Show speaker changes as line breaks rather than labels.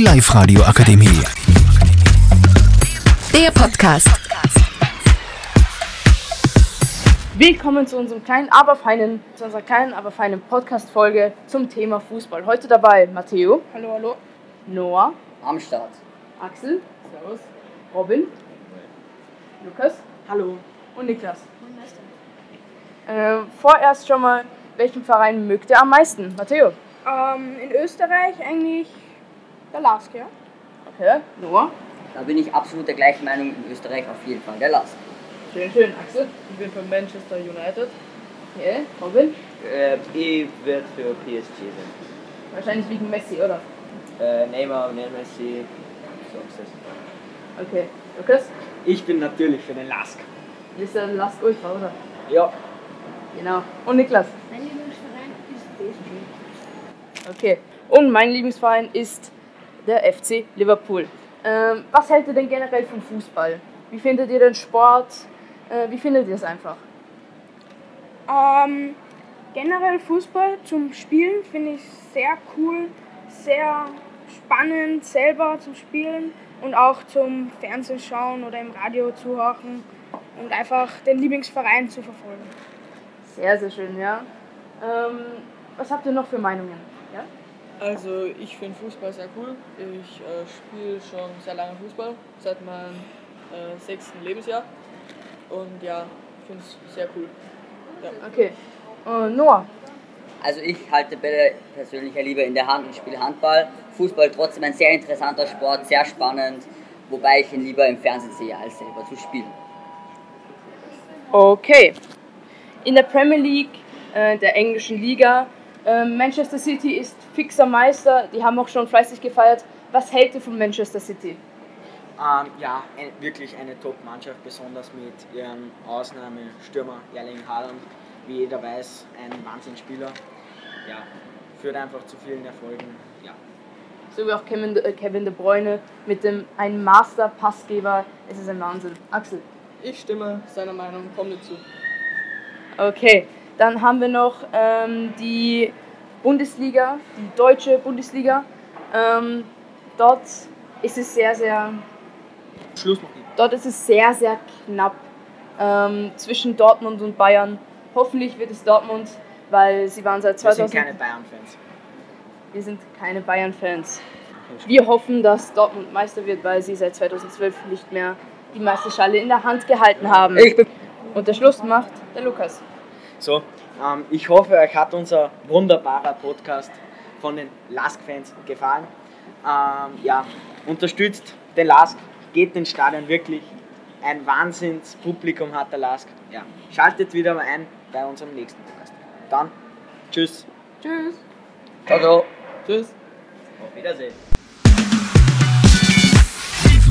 Live Radio Akademie.
Der Podcast.
Willkommen zu unserem kleinen, aber feinen, zu unserer kleinen, aber feinen Podcast-Folge zum Thema Fußball. Heute dabei Matteo. Hallo, hallo. Noah.
Am Start.
Axel. Servus. Robin. Lukas.
Hallo.
Und Niklas. Ähm, vorerst schon mal, welchen Verein mögt ihr am meisten? Matteo.
Ähm, in Österreich eigentlich der LASK, ja?
Okay. Noah.
Da bin ich absolut der gleichen Meinung in Österreich auf jeden Fall. Der Lars.
Schön, schön. Axel. Ich bin für Manchester United. Okay. Robin.
Äh, ich werde für PSG sein.
Wahrscheinlich wegen Messi, oder?
Äh, Neymar, Lionel Messi, sonst ist
Okay. Lukas.
Ich bin natürlich für den Lask.
Du bist ja Lask Ultra, oder?
Ja.
Genau. Und Niklas.
Mein Lieblingsverein ist PSG.
Okay. Und mein Lieblingsverein ist der FC Liverpool. Ähm, was hält ihr denn generell vom Fußball? Wie findet ihr den Sport? Äh, wie findet ihr es einfach?
Ähm, generell Fußball zum Spielen finde ich sehr cool, sehr spannend selber zum Spielen und auch zum Fernsehen schauen oder im Radio zuhören und einfach den Lieblingsverein zu verfolgen.
Sehr, sehr schön, ja. Ähm, was habt ihr noch für Meinungen? Ja?
Also ich finde Fußball sehr cool. Ich äh, spiele schon sehr lange Fußball, seit meinem äh, sechsten Lebensjahr. Und ja, finde es sehr cool.
Okay. Äh, Noah.
Also ich halte Bälle persönlich ja lieber in der Hand und spiele Handball. Fußball trotzdem ein sehr interessanter Sport, sehr spannend, wobei ich ihn lieber im Fernsehen sehe, als selber zu spielen.
Okay. In der Premier League, äh, der englischen Liga, äh, Manchester City ist fixer Meister. Die haben auch schon fleißig gefeiert. Was hält ihr von Manchester City?
Ähm, ja, ein, wirklich eine Top-Mannschaft, besonders mit ihrem Ausnahmestürmer Erling Haaland. Wie jeder weiß, ein Wahnsinnsspieler. Ja, führt einfach zu vielen Erfolgen. Ja.
So wie auch Kevin de, äh, Kevin de Bruyne mit dem ein Master-Passgeber. Es ist ein Wahnsinn. Axel.
Ich stimme seiner Meinung komplett zu.
Okay, dann haben wir noch ähm, die Bundesliga, die deutsche Bundesliga. Ähm, dort ist es sehr, sehr,
Schluss machen.
dort ist es sehr, sehr knapp ähm, zwischen Dortmund und Bayern. Hoffentlich wird es Dortmund, weil sie waren seit
Wir sind
2000.
keine Bayern-Fans.
Wir sind keine Bayern-Fans. Wir hoffen, dass Dortmund Meister wird, weil sie seit 2012 nicht mehr die Meisterschale in der Hand gehalten haben.
Ich bin
Und der Schluss macht der Lukas.
so, ähm, ich hoffe, euch hat unser wunderbarer Podcast von den Lask-Fans gefallen. Ähm, ja, unterstützt den Lask, geht ins Stadion wirklich. Ein Wahnsinnspublikum hat der Lask. Ja, schaltet wieder mal ein bei unserem nächsten Podcast. Dann, tschüss.
Tschüss.
Ciao, ciao.
Tschüss.
Auf Wiedersehen.